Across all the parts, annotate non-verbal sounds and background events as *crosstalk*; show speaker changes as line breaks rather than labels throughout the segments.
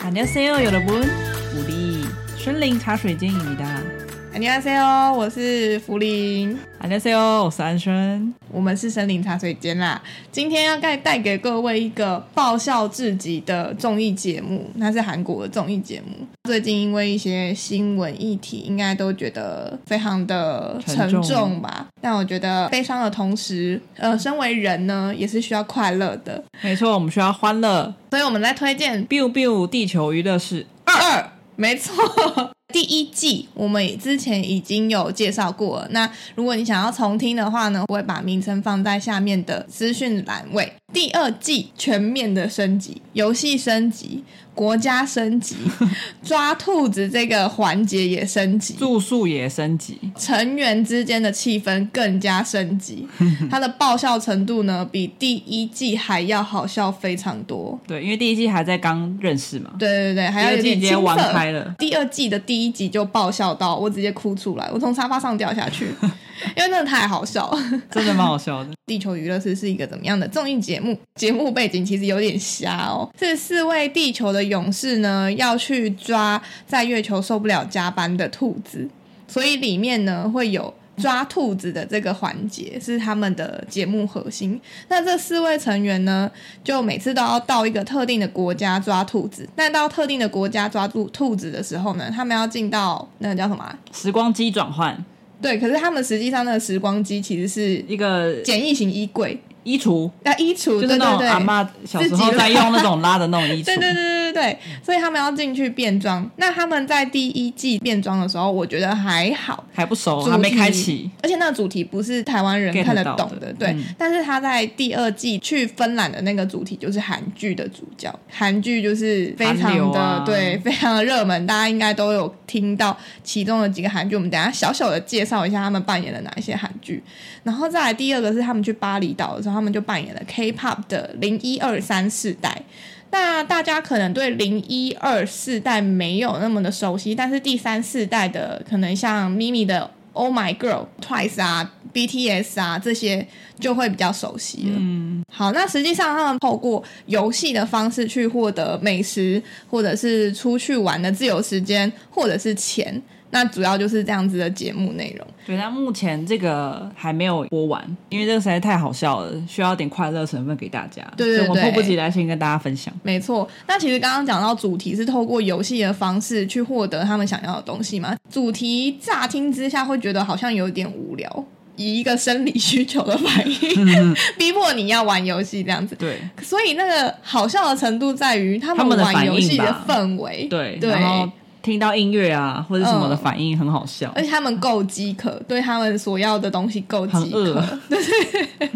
안녕하세요，여러분，
福利。
森林茶水间입니다。
안녕하세요，我是福林，
안녕하세요，我是安生。
我们是森林茶水间啦。今天要带带给各位一个爆笑至极的综艺节目，那是韩国的综艺节目。最近因为一些新闻议题，应该都觉得非常的沉
沉重
重吧。但我觉得悲伤的同时，呃，身为人呢，也是需要快乐的。
没错，我们需要欢乐。
所以我们在推荐
biu biu 地球娱乐室，
二，没错。第一季我们之前已经有介绍过了，那如果你想要重听的话呢，我会把名称放在下面的资讯栏位。第二季全面的升级，游戏升级，国家升
*laughs*
级，抓兔子这个环节也升级，
住宿也升级。
成员之间的气氛更加升级，
*laughs*
它的爆笑程度呢比第一季还要好笑非常多。
对，因为第一季还在刚认识嘛，
对对对，还要有
第二季
点
已
青
经玩
涩。
开了。
第二季的第一集就爆笑到我直接哭出来，我从沙发上掉下去，因为真的太好笑了。
真的蛮好笑的。
地球娱乐室是一个怎么样的综艺节目？节目背景其实有点瞎哦。这四位地球的勇士呢，要去抓在月球受不了加班的兔子，所以里面呢会有。抓兔子的这个环节是他们的节目核心。那这四位成员呢，就每次都要到一个特定的国家抓兔子。但到特定的国家抓住兔子的时候呢，他们要进到那个叫什么啊？
时光机转换，
对，可是他们实际上那个时光机其实是
一个
简易型衣柜，
衣橱，
啊，衣
就
橱，对对
是那种
对，
阿妈小时候
自己
在
拉
用那种拉的那种衣
对对
橱。
对对对对，所以他们要进去变装。那他们在第一季变装的时候，我觉得还好，
还不熟，
主
哦还没开
题
启，
而且那个主题不是台湾人
get
看得
到
懂
的
的，对。
嗯
但是他在第二季去芬兰的那个主题就是韩剧的主角，韩剧就是非
韩流
常的、
啊
对，非常的热门，大家应该都有听到其中的几个韩剧。我们等一下小小的介绍一下他们扮演了哪一些韩剧，然后再来第二个是他们去巴厘岛的时候，他们就扮演了 K-pop 的零一二三世代。那大家可能对零一二世代没有那么的熟悉，但是第三世代的可能像咪咪的 Oh My Girl、Twice 啊、BTS 啊这些就会比较熟悉了。嗯，好，那实际上他们透过游戏的方式去获得美食，或者是出去玩的自由时间，或者是钱。那主要就是这样子的节目内容。
对，但目前这个还没有播完，因为这个实在太好笑了，需要点快乐成分给大家。
对对
所以我
对
迫不及待先跟大家分享。
没错，那其实刚刚讲到主题是透过游戏的方式去获得他们想要的东西嘛。主题乍听之下会觉得好像有点无聊，以一个生理需求的反
嗯
应， *laughs* 逼迫你要玩游戏这样子。
对
所以那个好笑的程度在于他
他
们
们的
玩
反
游
应
戏的
吧
氛围，
对，
对，
然后听到音乐啊或者什么的
嗯
反应很好笑
而，且他们够饥渴，对他们所要的东西够饥
很饿
渴。 *laughs* 对，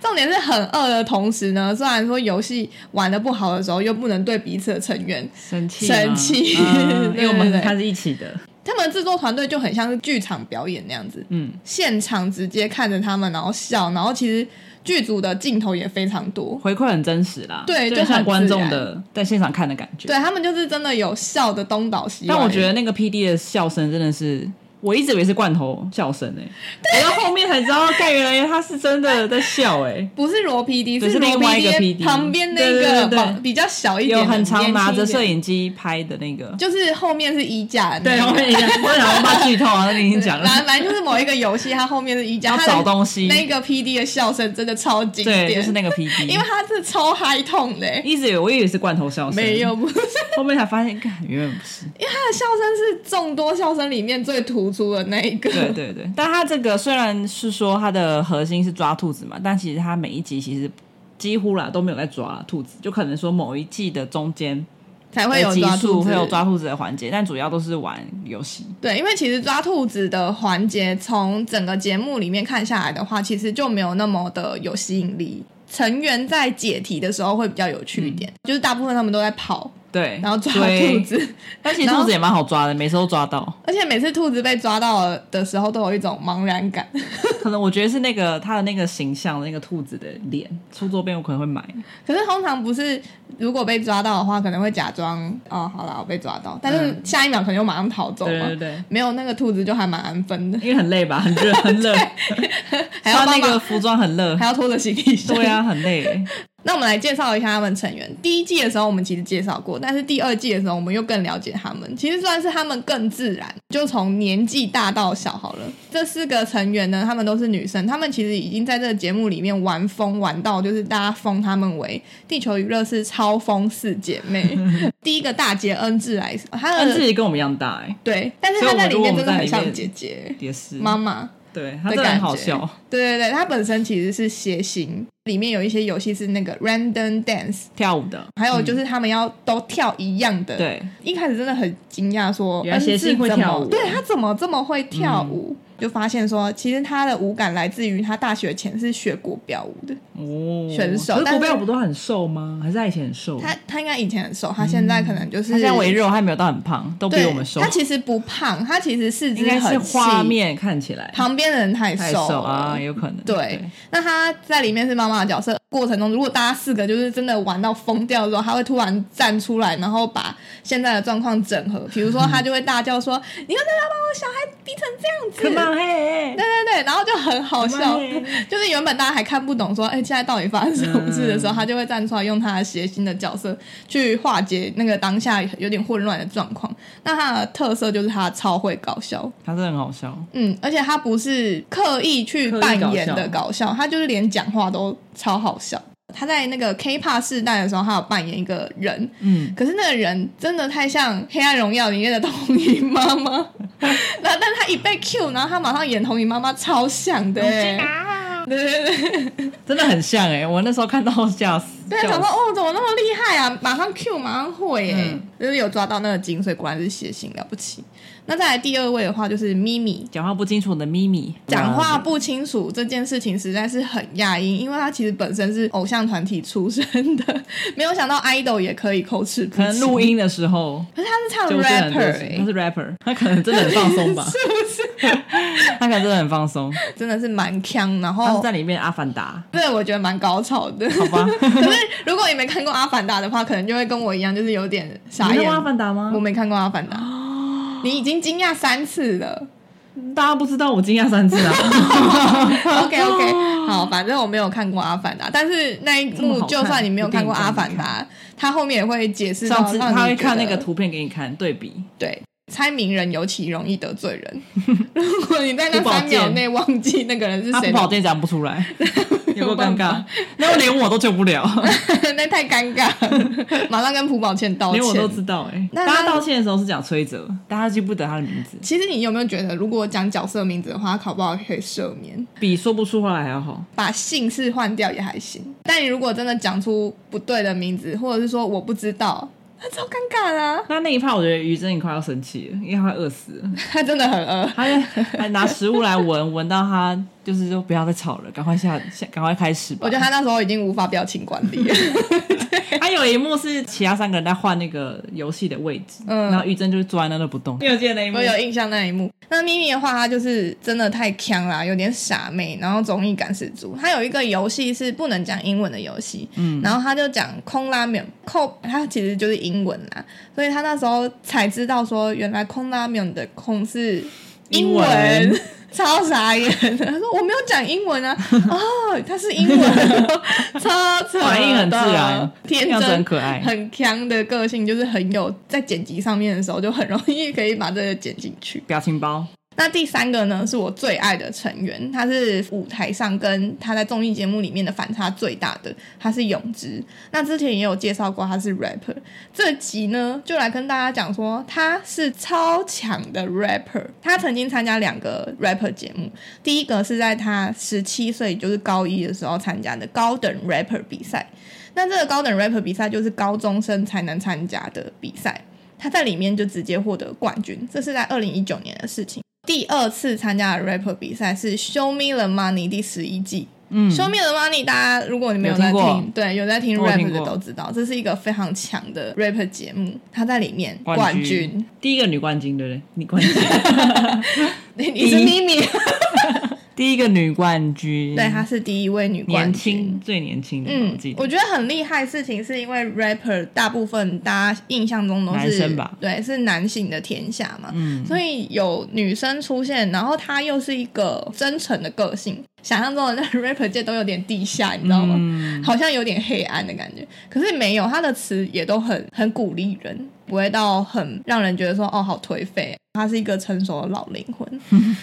重点是很饿的同时呢，虽然说游戏玩的不好的时候，又不能对彼此的成员
生气
生
吗
气 *laughs*
嗯因
对
为我们
对对
它是一起的，
他们制作团队就很像是剧场表演那样子，
嗯，
现场直接看着他们，然后笑，然后其实剧组的镜头也非常多，
回馈很真实啦，
对
就
就很
像观众
自然
的在现场看的感觉。
对他们就是真的有笑的东倒西歪。
但我觉得那个 P D 的笑声真的是，我一直以为是罐头笑声哎、我到后面才知道，盖原来他是真的在笑哎、
不是罗 PD，
对
是
是
罗
另外一个
PD
PD
旁边那
对对
个
对对
比较小一点
有
的，
很常拿着
年轻
摄
一点，
影机拍的那个，
就是后面是衣架的那
对，
个，
后面一样，我想要把剧透啊，那你已经
*laughs*
讲了，
反反正就是某一个游戏，它后面是衣架，
要
它
找
的
东西，
那个 PD 的笑声真的超经典，
对，就是那个 P D，
*laughs* 因为它是超嗨痛的、欸
一直以为我以为是罐头笑声，
没有，不是
后面才发现，看原本不是，
他的笑声是众多笑声里面最突出的那一个。 *laughs*
对对对，但他这个虽然是说他的核心是抓兔子嘛，但其实他每一集其实几乎啦都没有在抓兔子，就可能说某一季的中间
才会有
集
抓兔
数
子，
会有抓兔子的环节，但主要都是玩游戏。
对，因为其实抓兔子的环节，从整个节目里面看下来的话，其实就没有那么的有吸引力。成员在解题的时候会比较有趣一点，就是大部分他们都在跑，
嗯对，
然后抓
追
兔，子， *laughs*
但其实
然后
兔子也蛮好抓的，每次都抓到。
而且每次兔子被抓到了的时候，都有一种茫然感。
可能我觉得是那个它的那个形象，那个兔子的脸，出周边我可能会买。
可是通常不是，如果被抓到的话，可能会假装哦，好啦，我被抓到，但是下一秒可能又马上逃走嘛。
嗯对对对，
没有那个兔子就还蛮安分的，
因为很累吧，
*laughs*
很热，很热，
还要
穿那
帮忙
个服装很热 *laughs* 啊
还。要拖着行李箱。 *laughs*
对啊，很累。
那我们来介绍一下他们成员。第一季的时候我们其实介绍过，但是第二季的时候我们又更了解他们。其实算是他们更自然，就从年纪大到小好了。这四个成员呢，他们都是女生，他们其实已经在这个节目里面玩疯玩到，就是大家封他们为地球娱乐是超疯四姐妹。第一个大姐恩智来，她
但自
的
己跟我们一样大哎、
对，但是她在里面真的很像姐姐
也是，
妈妈。
对他
的
真的
感
很
觉
好笑，
对对对，它本身其实是谐星，里面有一些游戏是那个 random dance，
跳舞的，
还有就是他们要都跳一样的。，
嗯对，
一开始真的很惊讶，说
原来
恩
谐星
智
会
怎么
跳舞嗯
对他怎么这么会跳舞？就发现说，其实他的舞感来自于他大学前是学国标舞的。
哦，
选手
可
但
是
是
国标不都很瘦吗？还是他以前很瘦？
他他应该以前很瘦，他现在可能就是
哦他现在微肉，他没有到很胖，都比
对
我们瘦
他。其实不胖，他其实四肢
应该是
很细
画，面看起来
旁边的人太
太
瘦
瘦
了
啊，有可能。
对，那他在里面是妈妈的角色过程中，如果大家四个就是真的玩到疯掉的时候，他会突然站出来，然后把现在的状况整合。比如说，他就会大叫说：“你们不要把我小孩逼成这样
Come
子 *laughs*
on, hey！”
对对对，然后就很好笑
Come on，hey，
就是原本大家还看不懂说，哎、现在到底发生什么事的时候，
嗯
他就会站出来用他的谐星的角色去化解那个当下有点混乱的状况。那他的特色就是他超会搞笑，
他真的很好笑。
嗯，而且他不是刻意去扮演的
刻意
搞笑，他就是连讲话都超好笑。他在那个 K-pop 世代的时候，他有扮演一个人，
嗯，
可是那个人真的太像《黑暗荣耀》里面的童影妈妈。那但他一被 Q，然后他马上演童影妈妈，超像的、欸。对对对，
真的很像哎、我那时候看到 *laughs* 吓死。
对，
笑
想
死
说哦，怎么那么厉害啊？马上 Q，马上会耶、
嗯
就是有抓到那个精髓，果然是写信了不起。那再来第二位的话，就是咪咪，
讲话不清楚的咪咪，
讲话不清楚这件事情实在是很讶异，因为他其实本身是偶像团体出身的，没有想到 idol 也可以口齿不
可能
清
录，音的时候
可是他
就是是
唱
很多
rapper，、
事
欸
他、是 rapper，他可能真的很放松
*laughs*
吧， *laughs* 他可能真的很放松。
真的是蛮强，然
他是
后
在里面阿凡达，
对我觉得蛮高潮的。
好吧？
*laughs* 可是如果你没看过《阿凡达》的话，可能就会跟我一样，就是有点
你
傻
看过 *laughs*
眼。
阿凡达吗
我？没看过《阿凡
*laughs*
达》，你已经惊讶三次了。
大家不知道我惊讶三次啊！
*laughs* OK OK，好，反正我没有看过《阿凡达》，但是那一
这么
幕
好看
就算你没有看过《
一定
阿
要
凡达》，它后面也会解释到
上次
让你
他会
觉
看那
得
个图片给你看对比，
对。猜名人尤其容易得
*laughs*
罪人。如果你在那
朴宝
三秒
剑
内忘记那个人是
他
谁
啊不
的
保
话，
健讲不出
*laughs*
来，有多尴
办
尬
法？
那我连我都救不了，
*laughs* 那太尴尬
*laughs*
了，马上跟朴宝剑道
连我都
歉。
知道哎。
那
大家
那
道歉的时候是讲崔哲，大家记不得他的名字，
其实你有没有觉得，如果讲角色名字的话，考不好可以赦免，
比说不出话来还要好。
把姓氏换掉也还行。但你如果真的讲出不对的名字，或者是说我不知道，那超尴尬啊啦、
那那一趴，我觉得于真你快要生气了，因 *laughs* 为他快饿死了。
他真的很饿。
他就还拿食物来闻，闻到他就是说不要再吵了，赶快下下，赶快开始吧。 *laughs*
我觉得他那时候已经无法表情管理了。
他有一幕是其他三个人在换那个游戏的位置，
嗯
然后玉珍就是坐在那都不动。你有记得那一幕
我？有印象那一幕。那咪咪的话，她就是真的太强啦，有点傻妹，然后综艺感十足。她有一个游戏是不能讲英文的游戏，嗯，然后她就讲空拉面扣，它其实就是英文啦，所以她那时候才知道说，原来空拉面的空是英文。
英文
*laughs* 超傻眼的，她说我没有讲英文啊，哦，她是
*laughs*
英文，超扯的，
反应很自然，
天
样子
真
很可爱。
很强的个性，就是很有在剪辑上面的时候就很容易可以把这个剪进去。
表情包，
那第三个呢，是我最爱的成员，他是舞台上跟他在综艺节目里面的反差最大的，他是永之。那之前也有介绍过他是 rapper，这集呢就来跟大家讲说他是超强的 rapper。他曾经参加两个 rapper 节目，第一个是在他十七岁，就是高一的时候参加的高等 rapper 比赛。那这个高等 rapper 比赛就是高中生才能参加的比赛，他在里面就直接获得冠军，这是在二零一九年的事情。第二次参加的 rapper 比赛是《Show Me the Money》第十一季，
嗯，
Show Me the Money，大家如果你们有
有听
在听，
过
对，有在听
我有
rap
听
的
过
都知道，这是一个非常强的 rap 节目，他在里面
冠
冠
军
军。
第一个女冠军对不对？女冠军，
你 *laughs* 你是咪咪，
第一个女冠军，
对，她是第一位女冠
年
军
轻。最年轻的，
嗯
我记，得
我觉得很厉害的事情是因为 rapper 大部分大家印象中都是
男生吧
对，是男性的天下嘛，
嗯
所以有女生出现，然后她又是一个真诚的个性，想象中的那 rapper 界都有点地下，你知道
嗯
吗？好像有点黑暗的感觉。可是没有，他的词也都很很鼓励人，不会到很让人觉得说哦好颓废。他是一个成熟的老灵魂，
*laughs*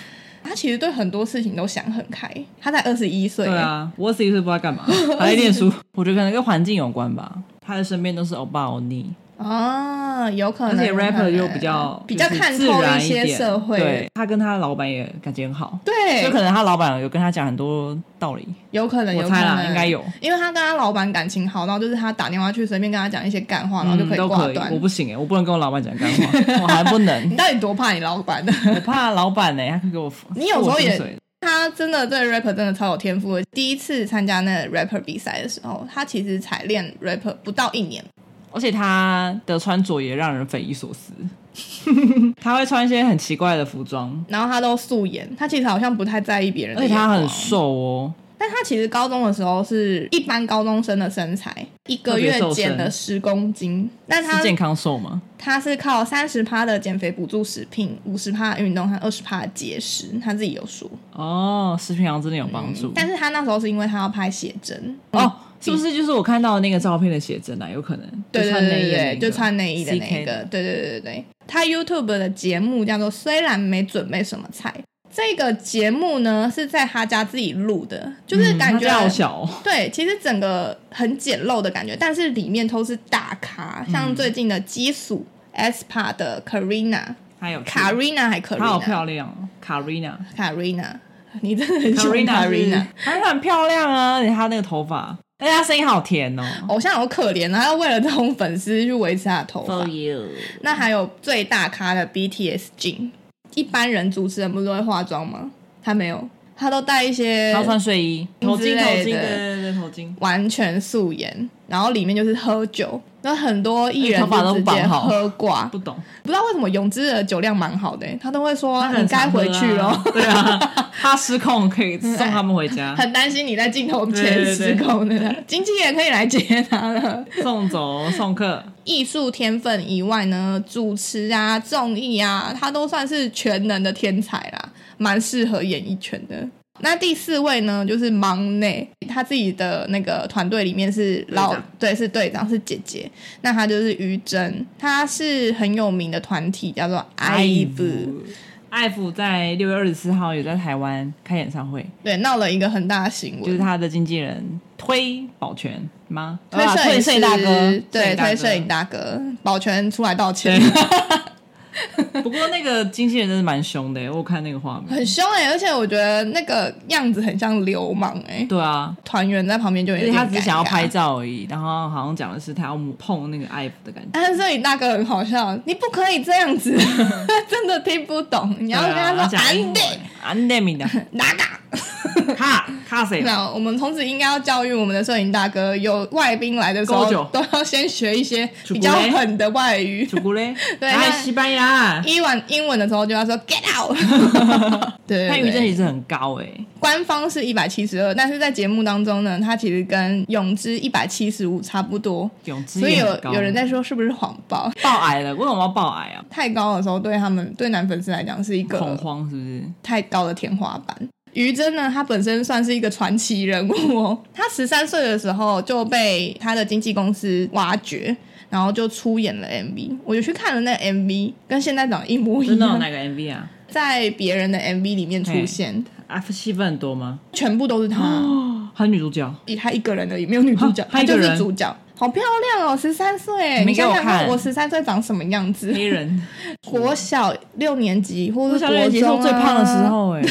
他其实对很多事情都想很开。他才二十一岁，
对啊，我自己是不知道干
*laughs*
嘛，还在念书。我觉得可能跟环境有关吧。他的身边都是欧巴欧尼，
啊，有可
而
能。
且
有可
rapper
能
又比较
比较
就是
看
自
透
然
些
点
社会，
对他跟他的老板也感情很好，
对，
就可能他老板有跟他讲很多道理，
有可能，有
我
可
猜啦，
能
应该有，
因为他跟他老板感情好，然后就是他打电话去随便跟他讲一些干话，然哦后就
嗯，
可以
都
挂
可以。
断。
我不行哎、我不能跟我老板讲干
*laughs*
话，我还不能
你，到底多怕你老板的？
我怕老板欸呢、他可以给我付，
*laughs* 你有时候也
付我薪水
他真的对 rapper 真的超有天赋的。第一次参加那个 rapper 比赛的时候，他其实才练 rapper 不到一年。
而且他的穿着也让人匪夷所思， *laughs* 他会穿一些很奇怪的服装，
然后他都素颜，他其实好像不太在意别人的
而且他
眼光
很瘦哦，
但他其实高中的时候是一般高中生的身材，一个月
特别瘦
减了
身
十公斤。但他
是健康瘦吗？
他是靠三十趴的减肥补助食品、五十趴运动和二十趴节食，他自己有说。
哦，食品好像真的有帮助、
但是他那时候是因为他要拍写真
哦。是不是就是我看到的那个照片的写真啊？有可能，
对
就
对
穿内衣的
对对
那，个嗯
就穿内衣的那
CK
个
的，
对对对对对。他 YouTube 的节目叫做《虽然没准备什么菜》，这个节目呢是在他家自己录的，就是
嗯
感觉、
他家好小、哦，
对，其实整个很简陋的感觉，但是里面都是大咖，像最近的基础 SPA 的 Karina、
他有去
Karina 还 Karina，
她好漂亮哦，Karina，Karina
*laughs* Karina，你真的很喜欢 Karina
是。她很漂亮啊，而且她那个头发，而且她声音好甜哦。
偶像好可怜啊，他为了这种粉丝去维持他的头发。
you，
那还有最大咖的 BTS Jin，一般人主持人不是都会化妆吗？他没有，他都戴一些
她穿睡衣、头
之
巾、头
类
巾，对
的
对对，头巾。
完全素颜，然后里面就是喝酒。那很多艺人
哎头发
就
都
直接
绑好
喝挂，
不懂，
不知道为什么泳姿的酒量蛮好的、欸他都会说、
她
你
很
该
常喝
回去咯， *laughs* 嗯哎
啊。对啊，她失控可以送他们回家，
很担心你在镜头前
对对
失
对
控的，经纪人可以来接他了。
送走送客。
艺术天分以外呢，主持啊、综艺啊，他都算是全能的天才啦，蛮适合演艺圈的。那第四位呢，就是忙内，他自己的那个团队里面是老
队长
对是队长是姐姐，那她就是于真，她是很有名的团体叫做 IVE，
艾芙在六月二十四号也在台湾开演唱会，
对，闹了一个很大的新闻，
就是他的经纪人推保全吗？
推
啊
摄影
推
师、
摄影大哥，
对，推摄
摄
影
影大
大哥保全出来道歉
对。哥。不过那个经纪人真的蛮凶的，我有看那个画面。
很凶哎、而且我觉得那个样子很像流氓哎、
对啊，
团员在旁边就有
而且
点
他只
尴
是想要
尬
拍。照而已，然后好像讲的是他要碰那个艾芙的感觉。
但是摄影大哥很好笑，你不可以这样
*laughs*
子，真的听不懂。你要跟他说安
对
得
啊安内
*laughs*
米的
哪嘎。
卡卡谁？
那我们从此应该要教育我们的摄影大哥，有外宾来的时候
勾酒
都要先学一些
楚
比
国
较
嘞
狠的外语。
祖古嘞？
对
来
那
西班牙。
英文英文的时候就要说 get
*laughs*
out。对
他
对
于
对
正其实很高哎、
官方是一百七十二，但是在节目当中呢，他其实跟泳姿一百七十五差不多，
泳姿
所以
也
有
很高。
有人在说是不是谎报？
爆矮了，为什么要爆矮啊？
太高的时候，对他们对男粉丝来讲是一
恐
个
慌是不是？
太高的天花板。于真呢，他本身算是一个传奇人物哦。 *laughs* 他十三岁的时候就被他的经纪公司挖掘，然后就出演了 MV。我就去看了那个 MV，跟现在长得一模一
真的有
样，
哪个 MV 啊？
在别人的 MV 里面出现，
啊，戏份很多吗？
全部都是他。
*gasps* 还有女主角，
以他一个人而已，没有女主角
啊，
他
他一
就
个人
是主角，好漂亮哦，十三岁，
你
你
没给
想
我
想看
看
我十三岁长什么样子？
黑
*laughs*
人，
国小六年级或者
我
是
小学
国
接
中、
受
啊、
最胖的时，候 *laughs* 哎、
瘦瘦的，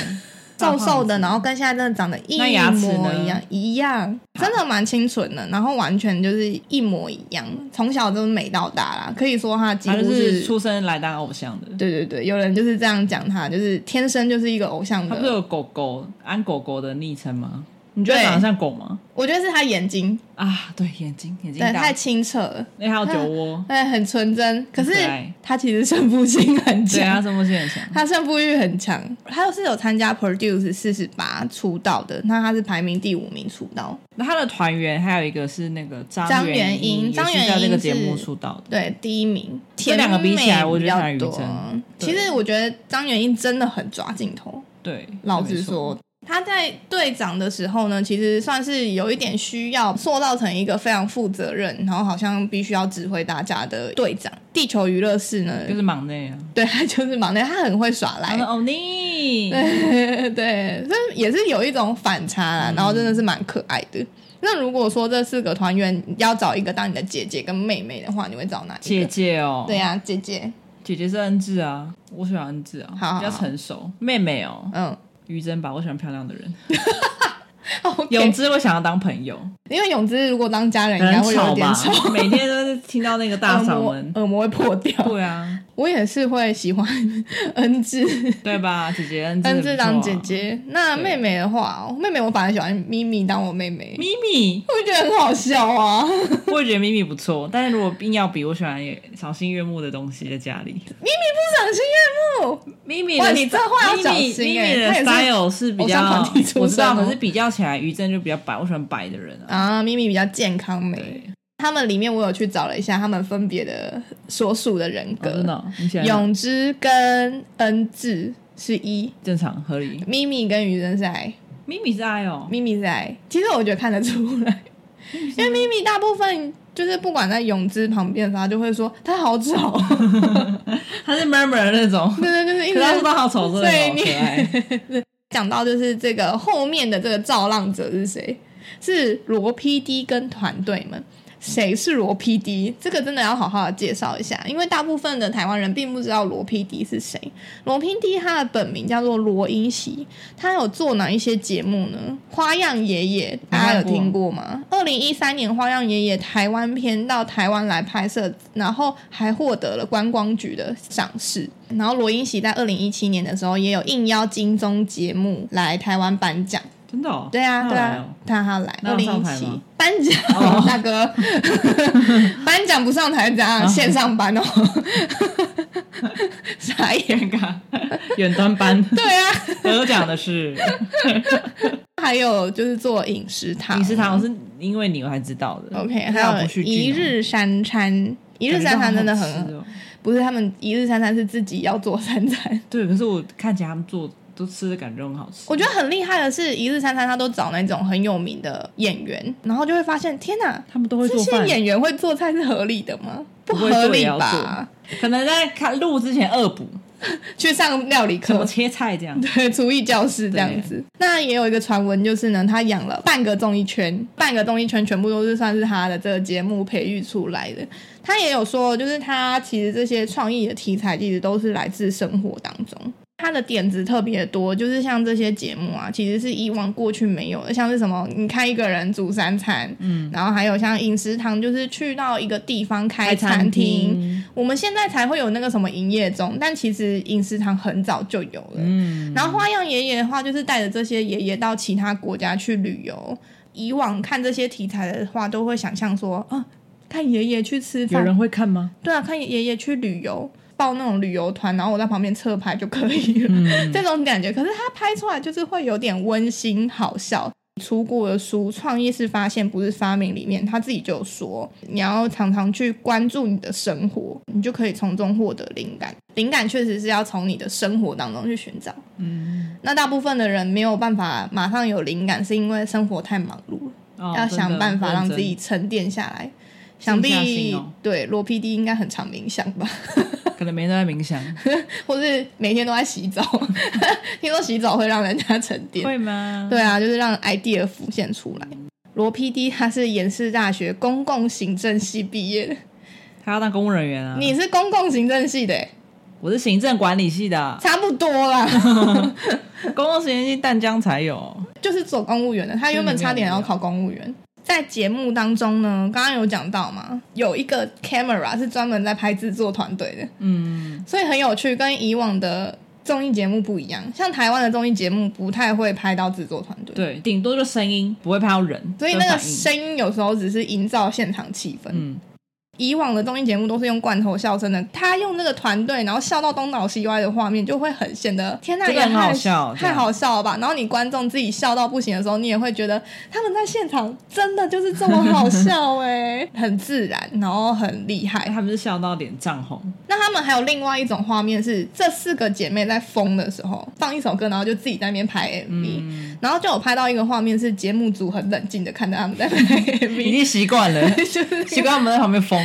大胖子
然后跟现在真的长得一
那牙齿
模
呢
一样，一样，真的蛮清纯的，然后完全就是一模一样，从小就是美到大啦，可以说他几
他
乎
就是是出生来当偶像的。
对对对，有人就是这样讲他，就是天生就是一个偶像
他不是
的。
有狗狗安狗狗的昵称吗？你觉得
对
长得像狗吗？
我觉得是他眼睛，
啊，对，眼睛眼睛
对，
大
太，清澈了，
那还有酒窝，
对，很纯真。可是
很可爱
他其实胜负心
*laughs*
很
对啊，
强，
这么现象。
他胜负欲很强。他又是有参加 Produce 四十八出道的，那他是排名第五名出道。
那他的团员还有一个是那个
张
张
元
元
英
英，
张
也是在
元
那个
英
节目
是
出道的。
对，第一名，
这两个比起来我觉得
甜
反而
美比
于
较
真
多。
对
其实我觉得张元英真的很抓镜头，
对，
老
没
实
错
说，他在队长的时候呢，其实算是有一点需要塑造成一个非常负责任，然后好像必须要指挥大家的队长。地球娱乐室呢，
就是忙内啊，
*laughs* 对他就是忙内，他很会耍赖
然，后欧尼，嗯
*laughs* 对，这也是有一种反差啦，然后真的是蛮可爱的。那如果说这四个团员要找一个当你的姐姐跟妹妹的话，你会找哪一个？
姐姐哦，
对呀、姐姐，
姐姐是恩智啊，我喜欢恩智啊，
好好
比较成熟。妹妹哦，
嗯，
于真吧，我喜欢漂亮的人。
*laughs* o
泳姿我想要当朋友，
因为泳姿如果当家人，应该
很
哎会有
吵 *laughs*
点
吧
吵，，
每天都是听到那个大
耳
嗓
膜 *laughs*
门。
耳膜会破掉。
对啊，
我也是会喜欢 *laughs* 恩智，
对吧？姐姐恩智，
恩智当姐
不错啊。
姐。那妹妹的话，妹妹我反而喜欢咪咪当我妹妹，
咪咪，
我觉得很好笑
*laughs*
啊。
我也觉得咪咪不错， *laughs* 但是如果硬要比，我喜欢赏心悦目的东西在家里。
赏心悦目，
咪咪
哇
的
你这话要小心
咪咪咪
欸
咪的
他也是
style 是比
偶像
较
团体出，身哦
我知道，可是比较起来，于正就比较白，我喜欢白的人啊。
啊，咪咪比较健康美。
对，
他们里面我有去找了一下他们分别的所属的人
哦真的
格，
哦，你喜欢
泳姿跟恩智是一，
正常合理。
咪咪跟于真是 I，
咪咪是爱哦，
咪咪是 I。其实我觉得看得出来，因为咪咪大部分就是不管在泳姿旁边的时候，她就会说她好丑，
他是 murmur 的那 *laughs* 种，
对对，就是一
可是他
直
说
在
他好丑，真的好可爱。
讲到就是这个后面的这个造浪者是谁？是罗 PD 跟团队们。谁是罗 PD？这个真的要好好的介绍一下，因为大部分的台湾人并不知道罗 PD 是谁。罗 PD 他的本名叫做罗英喜，他有做哪一些节目呢？花样爷爷，
没
大家有
看过
听过吗？二零一三年花样爷爷台湾篇到台湾来拍摄，然后还获得了观光局的赏识。然后罗英喜在二零一七年的时候也有应邀金钟节目来台湾颁奖。
真的哦，
对啊，
他
对
来
啊
哦，，
他还要来。
那
二
要
零
上
一
台
七
吗
颁奖，
哦
*laughs* 大哥，颁奖不上台怎样？线上班 *laughs* 哦，傻眼。
尴尬， *laughs* 远端班
对啊，
得奖的是
还有就是做饮食堂，
饮食堂，我是因为你我才知道的。
OK，还
还
有
有不
一日三餐，一
一
日三餐真的很
很
不是他们一日三餐是自己要做三餐。
对，可是我看起来他们做都吃的感觉很好吃。
*laughs* 我觉得很厉害的是，一日三餐他都找那种很有名的演员，然后就会发现，天哪，
他们都会
这
做
些
饭，
演员会做菜是合理的吗？不
不会做
合理
也要
吧？
可能在看录之前恶补
去上料理
怎么
课。
切菜这样。
*laughs* 对，厨艺教室这样
对
子。那也有一个传闻，就是呢，他养了半个综艺圈，半个综艺圈全部都是算是他的这个节目培育出来的。他也有说，就是他其实这些创意的题材其实都是来自生活当中。他的点子特别多，就是像这些节目啊，其实是以往过去没有的，像是什么，你看一个人煮三餐，嗯，然后还有像饮食堂，就是去到一个地方开餐厅，我们现在才会有那个什么营业中，但其实饮食堂很早就有了。
嗯，
然后花样爷爷的话，就是带着这些爷爷到其他国家去旅游。以往看这些题材的话，都会想象说，啊，看爷爷去吃
有
饭，
人会看吗？
对啊，看爷爷去旅游，报那种旅游团，然后我在旁边侧拍就可以了， *laughs* 这种感觉。可是他拍出来就是会有点温馨好笑。出过的书《创意是发现，不是发明》里面，他自己就有说，你要常常去关注你的生活，你就可以从中获得灵感。灵感确实是要从你的生活当中去寻找。
嗯，
那大部分的人没有办法马上有灵感，是因为生活太忙碌了，
哦
要想办法让自己。
真的认
沉淀下来。想
静下
必
心哦
对罗 PD 应该很常冥想吧， *laughs*
真可能没人在冥想，
或是每天都在洗澡。 *laughs* 听说洗澡会让人家沉
*laughs*
淀，
会嗯吗？
对啊，就是让 idea 浮现出来。罗 PD 他是延世大学公共行政系毕业的，
啊他要当公务人员啊。
你是公共行政系的欸，
我是行政管理系的，
差不多啦。
公共实验系淡江才有。
就是走公务员的，他原本差点要考公务员。在节目当中呢，刚刚有讲到嘛，有一个 camera 是专门在拍制作团队的，
嗯，
所以很有趣，跟以往的综艺节目不一样。像台湾的综艺节目不太会拍到制作团队，
对，顶多就声音，不会拍到人，
所以那个
跟反应
声音有时候只是营造现场气氛。
嗯，
以往的综艺节目都是用罐头笑声的，他用这个团队，然后笑到东倒西歪的画面，就会很显得天呐，
这个
也
很好
太
笑啊这
太
样
好笑了吧？然后你观众自己笑到不行的时候，你也会觉得他们在现场真的就是这么好笑哎、
*laughs*
很自然，然后很厉害。
哎他们是笑到脸涨红，
那他们还有另外一种画面是，这四个姐妹在疯的时候放一首歌，然后就自己在那边拍 MV，、然后
嗯
就有拍到一个画面是节目组很冷静的看着他们在拍
*laughs*
MV，
已经习惯
*laughs*
了，习惯我们在旁边疯，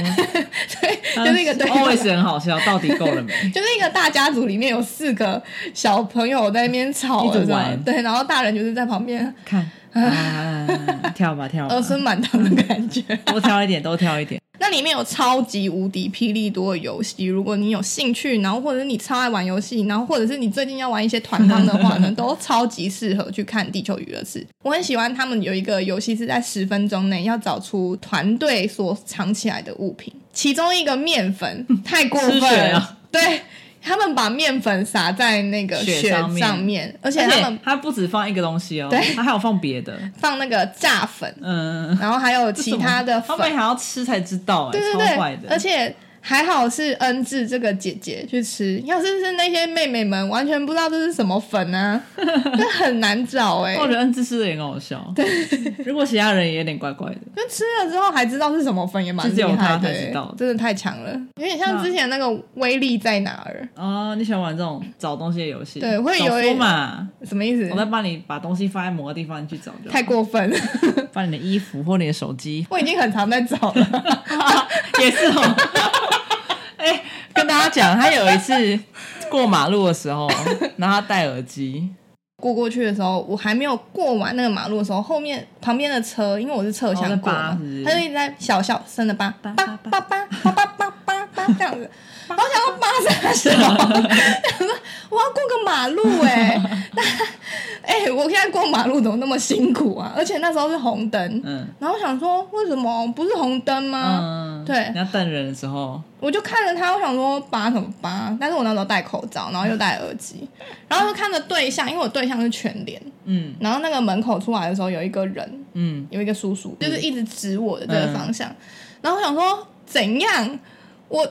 就那个 *laughs* 对话
always 很好笑，到底够了没？
*laughs* 就是一个大家族里面有四个小朋友在那边吵
一直
了，这样
玩
对，然后大人就是在旁边
看，啊、跳吧跳吧
儿，孙满堂的感觉。
多挑一点，多挑一点。
那里面有超级无敌霹雳多的游戏，如果你有兴趣，然后或者是你超爱玩游戏，然后或者是你最近要玩一些团康的话呢，都超级适合去看《地球娱乐室》。我很喜欢他们有一个游戏是在十分钟内要找出团队所藏起来的物品，其中一个面粉太过分
*laughs* 吃水
了，
啊
对。他们把面粉撒在那个
雪
雪
上面
上面，而且
而
他们
且它不止放一个东西哦
对，
它还有放别的，
放那个炸粉，
嗯，
然后还有
这
*laughs* 其
什么
他的
他
粉，
们还要吃才知道，哎，
对对
超坏
对，而
的。
且还好是恩智这个姐姐去吃，要是是那些妹妹们，完全不知道这是什么粉啊， *laughs* 这很难找哎、
我觉得恩芝吃的也很好笑，对，如果其他人也有点怪怪的，
就吃了之后还知道是什么粉，也蛮
就只
厉
有
害
她
的、欸
才知道
真的太强了，有点像
那
之前那个威力在哪儿，
哦，你喜欢玩这种找东西的游戏？
对会
找
有一
书嘛。
什么意思
我？在帮你把东西放在某个地方，你去找就好
太过分 *laughs* 了，，
把你的衣服或你的手机
*laughs* 我已经很常在找了。
也是
*laughs*
哦。哎、跟大家讲，他有一次过马路的时候，然后他戴耳机，
过过去的时候，我还没有过完那个马路的时候，后面旁边的车，因为我是侧
哦
向
在
过
扒
嘛
是不是，
他就一直在小小声的叭叭
叭
叭
叭
叭叭叭叭叭叭叭这样子，然后我想要叭啥时候？想说我要过个马路哎、那哎、我现在过马路怎么那么辛苦啊？而且那时候是红灯，
嗯
然后我想说为什么不是红灯吗？
嗯，
对
你要瞪人的时候，
我就看着他，我想说拔什么拔？但是我那时候戴口罩，然后又戴耳机，然后就看着对象，因为我对象是全脸。
嗯
然后那个门口出来的时候，有一个人， *laughs*
嗯，
有一个叔叔，就是一直指我的这个方向。然后我想说，怎样？我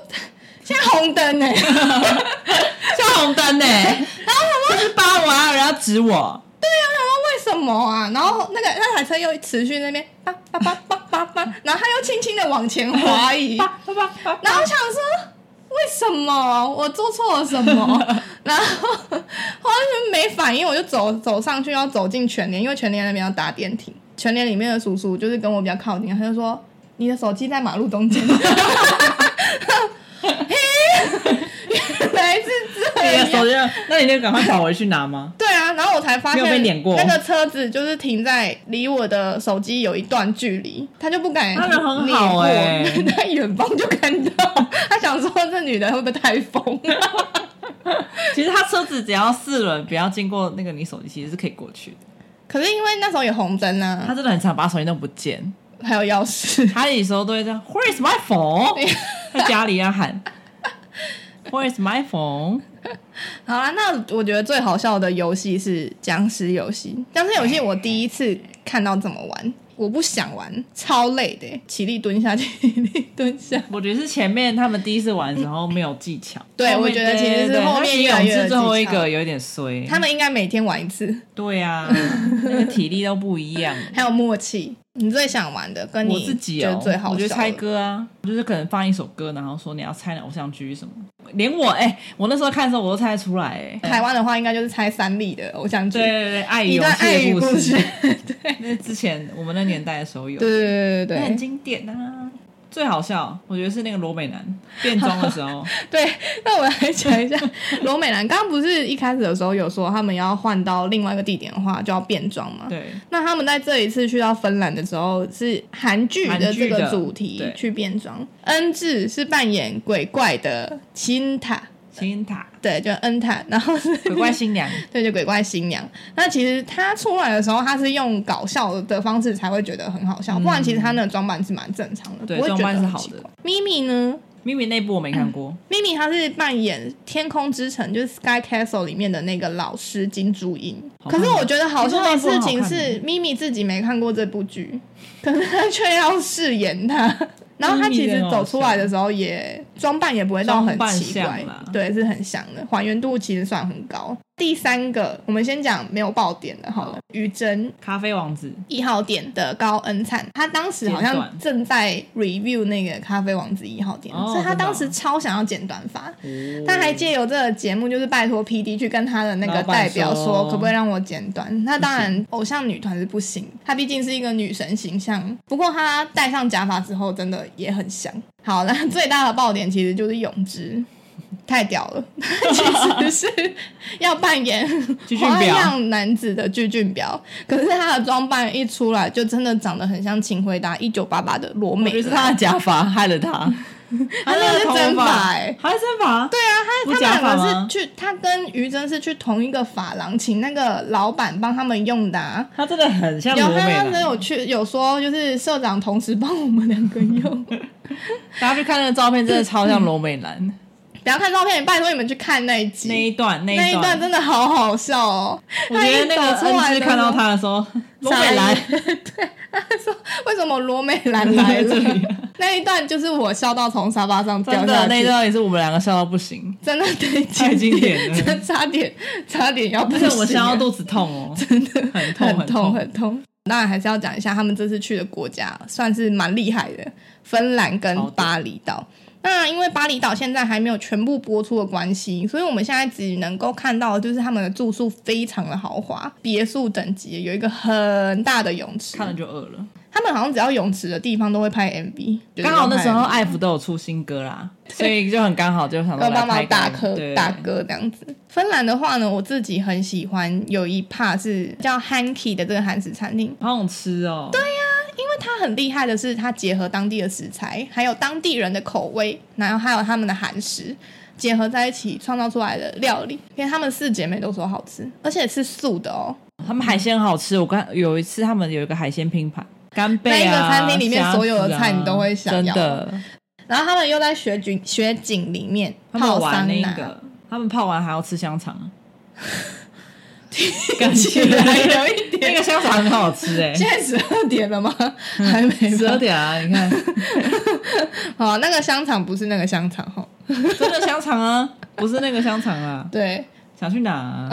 现在红灯欸呢、
像红灯
*laughs*
呢、然后我就是扒我啊，然后指我，
为什么啊？然后那个那台车又持续那边叭叭叭叭叭叭，然后他又轻轻的往前滑移。
叭叭 *laughs* 叭叭
然后我想说，为什么我做错了什
*laughs*
么？然后后来就没反应，我就走走上去要走进全联，因为全联那边要搭电梯。全联里面的叔叔就是跟我比较靠近，他就说：“你的手机在马路
*laughs*
中间。” *laughs* 嘿，原来是这
你
样
的。手机，那你就赶快跑回去拿吗？
对啊，然后我才发现
没有被碾过
那个车子就是停在离我的手机有一段距离，他就不敢
他人很好欸
碾过在远方就看到，他想说这女的会不会太疯啊了？
*laughs* 其实他车子只要四轮，不要经过那个你手机，其实是可以过去的。
*laughs* 可是因为那时候有红灯啊，
他真的很常把手机弄不见，
还有钥匙，
他有时候都会这样，Where is my phone？在
*laughs*
家里要啊喊，Where is my phone？
好啦，那我觉得最好笑的游戏是僵尸游戏。僵尸游戏我第一次看到怎么玩，我不想玩，超累的欸，起立蹲下，起立蹲下。
我觉得是前面他们第一次玩的时候没有技巧，
对
后面
我觉得其实是
对对
后面
对
越
他
来
游
越
泳
有技巧
是最后一个有点衰，
他们应该每天玩一次，
对
*laughs*
啊，那个体力都不一样。
还有默契。你最想玩的跟
我
你
自己
觉
哦
得最，好
我觉得
笑
猜
的
歌啊，就是可能放一首歌，然后说你要猜哪偶像剧什么，连我哎、我那时候看的时候我都猜得出来哎、
台湾的话，应该就是猜三立的偶像剧，
对对对，爱与
一
游
段
戏
爱与
的
故
故
事，
*laughs* 事，
对
那之前我们那年代的时候有，
对对对
那很
对
经典啊。最好笑，我觉得是那个罗美男变装的时
*laughs*
候，
对。那我来讲一下罗美兰，刚刚不是一开始的时候有说他们要换到另外一个地点的话，就要变装嘛？
对，
那他们在这一次去到芬兰的时候，是韩剧的
韩
这
剧
个
的
主题
对
去变装。恩智是扮演鬼怪的青塔，
金塔
对，就恩塔，然后是
鬼怪新
*laughs*
娘，
对，就鬼怪新娘。那其实她出来的时候，她是用搞笑的方式才会觉得很好笑，不然其实她那个装扮是蛮正常的，
嗯对
不会觉得
装扮是
很
好
奇
的
怪。咪咪呢？
咪咪那部我没看
*laughs*
过，
咪咪她是扮演《天空之城》就是 Sky Castle 里面的那个老师金珠英。
好
可
看
是
吗
我觉得好笑的事
听说那
情
部很好
*laughs*
*laughs*
是，咪咪自己没看过这部剧，可是她却要饰演她。然后他其实
嗯
走出来的时候也装扮也不会到很奇
装扮
怪
像啦，
对，是很像的，还原度其实算很高。第三个，我们先讲没有爆点的好了
好，
于真
咖啡王子，
一号店的高恩灿，他当时好
剪
像
短
正在 review 那个咖啡王子一号店，
哦
所以他
真的哦
当时超想要剪短发，
哦
他还借由这个节目，就是拜托 P D 去跟他的那个
老板
代表
说
说，可不可以让我剪短？那当然，偶像女团是不行，她毕竟是一个女神形象。不过她戴上假发之后，真的也很像。好了，那最大的爆点其实就是泳姿。
*laughs*
太屌了，其实是要扮演
巨俊
花 *laughs*
表，
样男子的巨俊表，可是他的装扮一出来，就真的长得很像《请回答一九八八》的罗
我
美
觉得是
了
他的假发害了他，
*laughs* 他那个是
头
真发
发，
欸
他是真发，对啊，
他
不
们
假发
两个
吗
是去，他跟于真是去同一个发廊，请那个老板帮他们用的、啊。
他真的很像
有
罗
他
美
当时
兰。
有去有说，就是社长同时帮我们两个
*laughs*
用。
大家去看那个照片，真的超
嗯
像罗美兰
不要看照片，拜托你们去看那一集，
那一段，那
那一段
段，
真的好好笑哦。
*laughs* 我觉得那个
他一走出来
恩师
的时候
看到他的时候，罗美兰
傻眼对，他说为什么罗美兰来
在这
*laughs*
里啊
了？那一段就是我笑到从沙发上掉
真
下
的
去，
那一段也是我们两个笑到不行，
真的得
太经典了
真的差点差点要不
而
行
且
了，
我们笑到肚子痛哦，真的很痛
很
痛
痛很痛。当然还是要讲一下，他们这次去的国家算是蛮厉害的，芬兰跟巴厘岛。那因为巴厘岛现在还没有全部播出的关系，所以我们现在只能够看到，就是他们的住宿非常的豪华，别墅等级，有一个很大的泳池。
看了就饿了。
他们好像只要泳池的地方都会拍 MV，就是
刚好
要
那
拍
时候
MV
艾弗都有出新歌啦，所以就很刚好就想
要
到
帮忙打
歌，对
歌打歌这样子。芬兰的话呢，我自己很喜欢有一 part 是叫 Hanky 的这个韩式餐厅，
好想吃哦。对，
它很厉害的是，它结合当地的食材，还有当地人的口味，然后还有他们的韩食结合在一起创造出来的料理。因为她们四姐妹都说好吃，而且是素的哦。
他们海鲜好吃，我刚有一次他们有一个海鲜拼盘。干贝啊！
那个餐厅里面
虾子啊
所有的菜你都会想
真
要
的，
然后他们又在雪景雪景里面 *laughs*
他
泡
们
桑
玩那
拿，
个，他们泡完还要吃香肠，
听起来有一点
那个香肠很好
*laughs*
吃哎、
现在十二点了吗？还没吧
十二。点啊，你看，
好，哦那个香肠不是那个香肠哈。
*laughs* 真的香肠啊，不是那个香肠啊，
对，
想去哪、啊？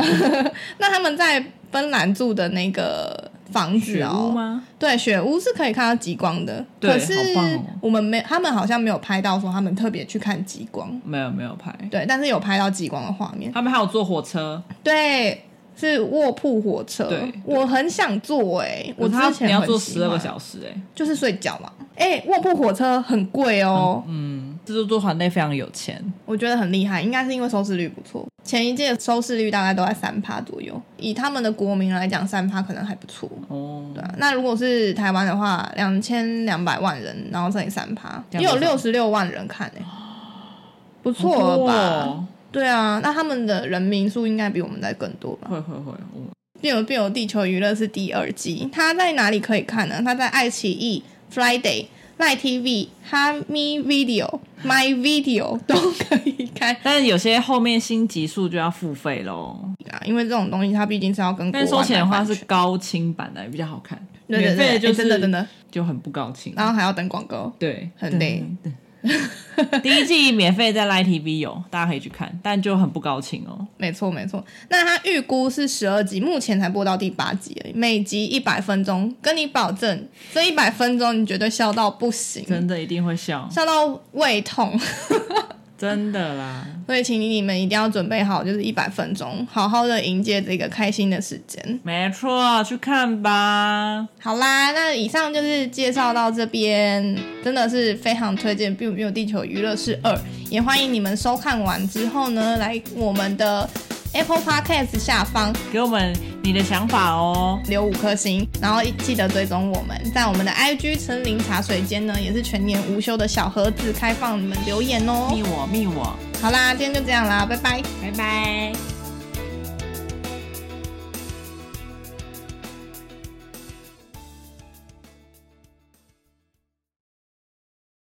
那他们在芬兰住的那个房子
雪
哦，
屋吗？
对，雪屋是可以看到极光的，
对
可是
好棒哦
我们没，他们好像没有拍到说他们特别去看极光，
没有没有拍，
对，但是有拍到极光的画面，
他们还有坐火车，
对，是卧铺火车，
对对
我很想坐哎、我之
他
前
你要
很
坐
喜
十二个
欢
小时哎、
就是睡觉嘛，哎、卧铺火车很贵哦、
嗯，制作团队非常有钱，
我觉得很厉害，应该是因为收视率不错，前一届收视率大概都在三趴左右，以他们的国民来讲，三趴可能还不错，
哦，
对啊，那如果是台湾的话，两千两百万人，然后乘以三趴，
这
也
样
有
多少
六十六万人看诶、不
哦好
错了
多
吧？
哦
对啊，那他们的人民数应该比我们再更多吧？
会会会，我
《变有变有地球娱乐》是第二季，它在哪里可以看呢？它在爱奇艺、Friday、Line TV、哈咪 Video、My
*laughs*
Video 都可以看
但是有些后面新集数就要付费喽。
啊，因为这种东西它毕竟是要跟国
但是收
外
钱的
买
话
版
是
权
高清版的比较好看，
对对
免费
对，
的就
哎
是
真的真的，
就很不高清。
然后还要等广告。
对，
很累
*laughs* 对。对对第一季免费在 Line TV 有，大家可以去看，但就很不高清哦。
没错，没错。那它预估是十二集，目前才播到第八集而已，每集一百分钟，跟你保证，这一百分钟你绝对笑到不行，
真的一定会笑，
笑到胃痛。 *laughs*
真的啦，
所以，请你们一定要准备好，就是一百分钟，好好的迎接这个开心的时间。
没错，去看吧。
好啦，那以上就是介绍到这边，真的是非常推荐《biu biu 地球娱乐室二》，也欢迎你们收看完之后呢，来我们的 Apple Podcast 下方
给我们你的想法哦。
留五颗星，然后记得追踪我们，在我们的 IG 森林茶水间呢，也是全年无休的小盒子开放你们留言哦
密。我，密我，
好啦，今天就这样啦，拜拜。
拜拜。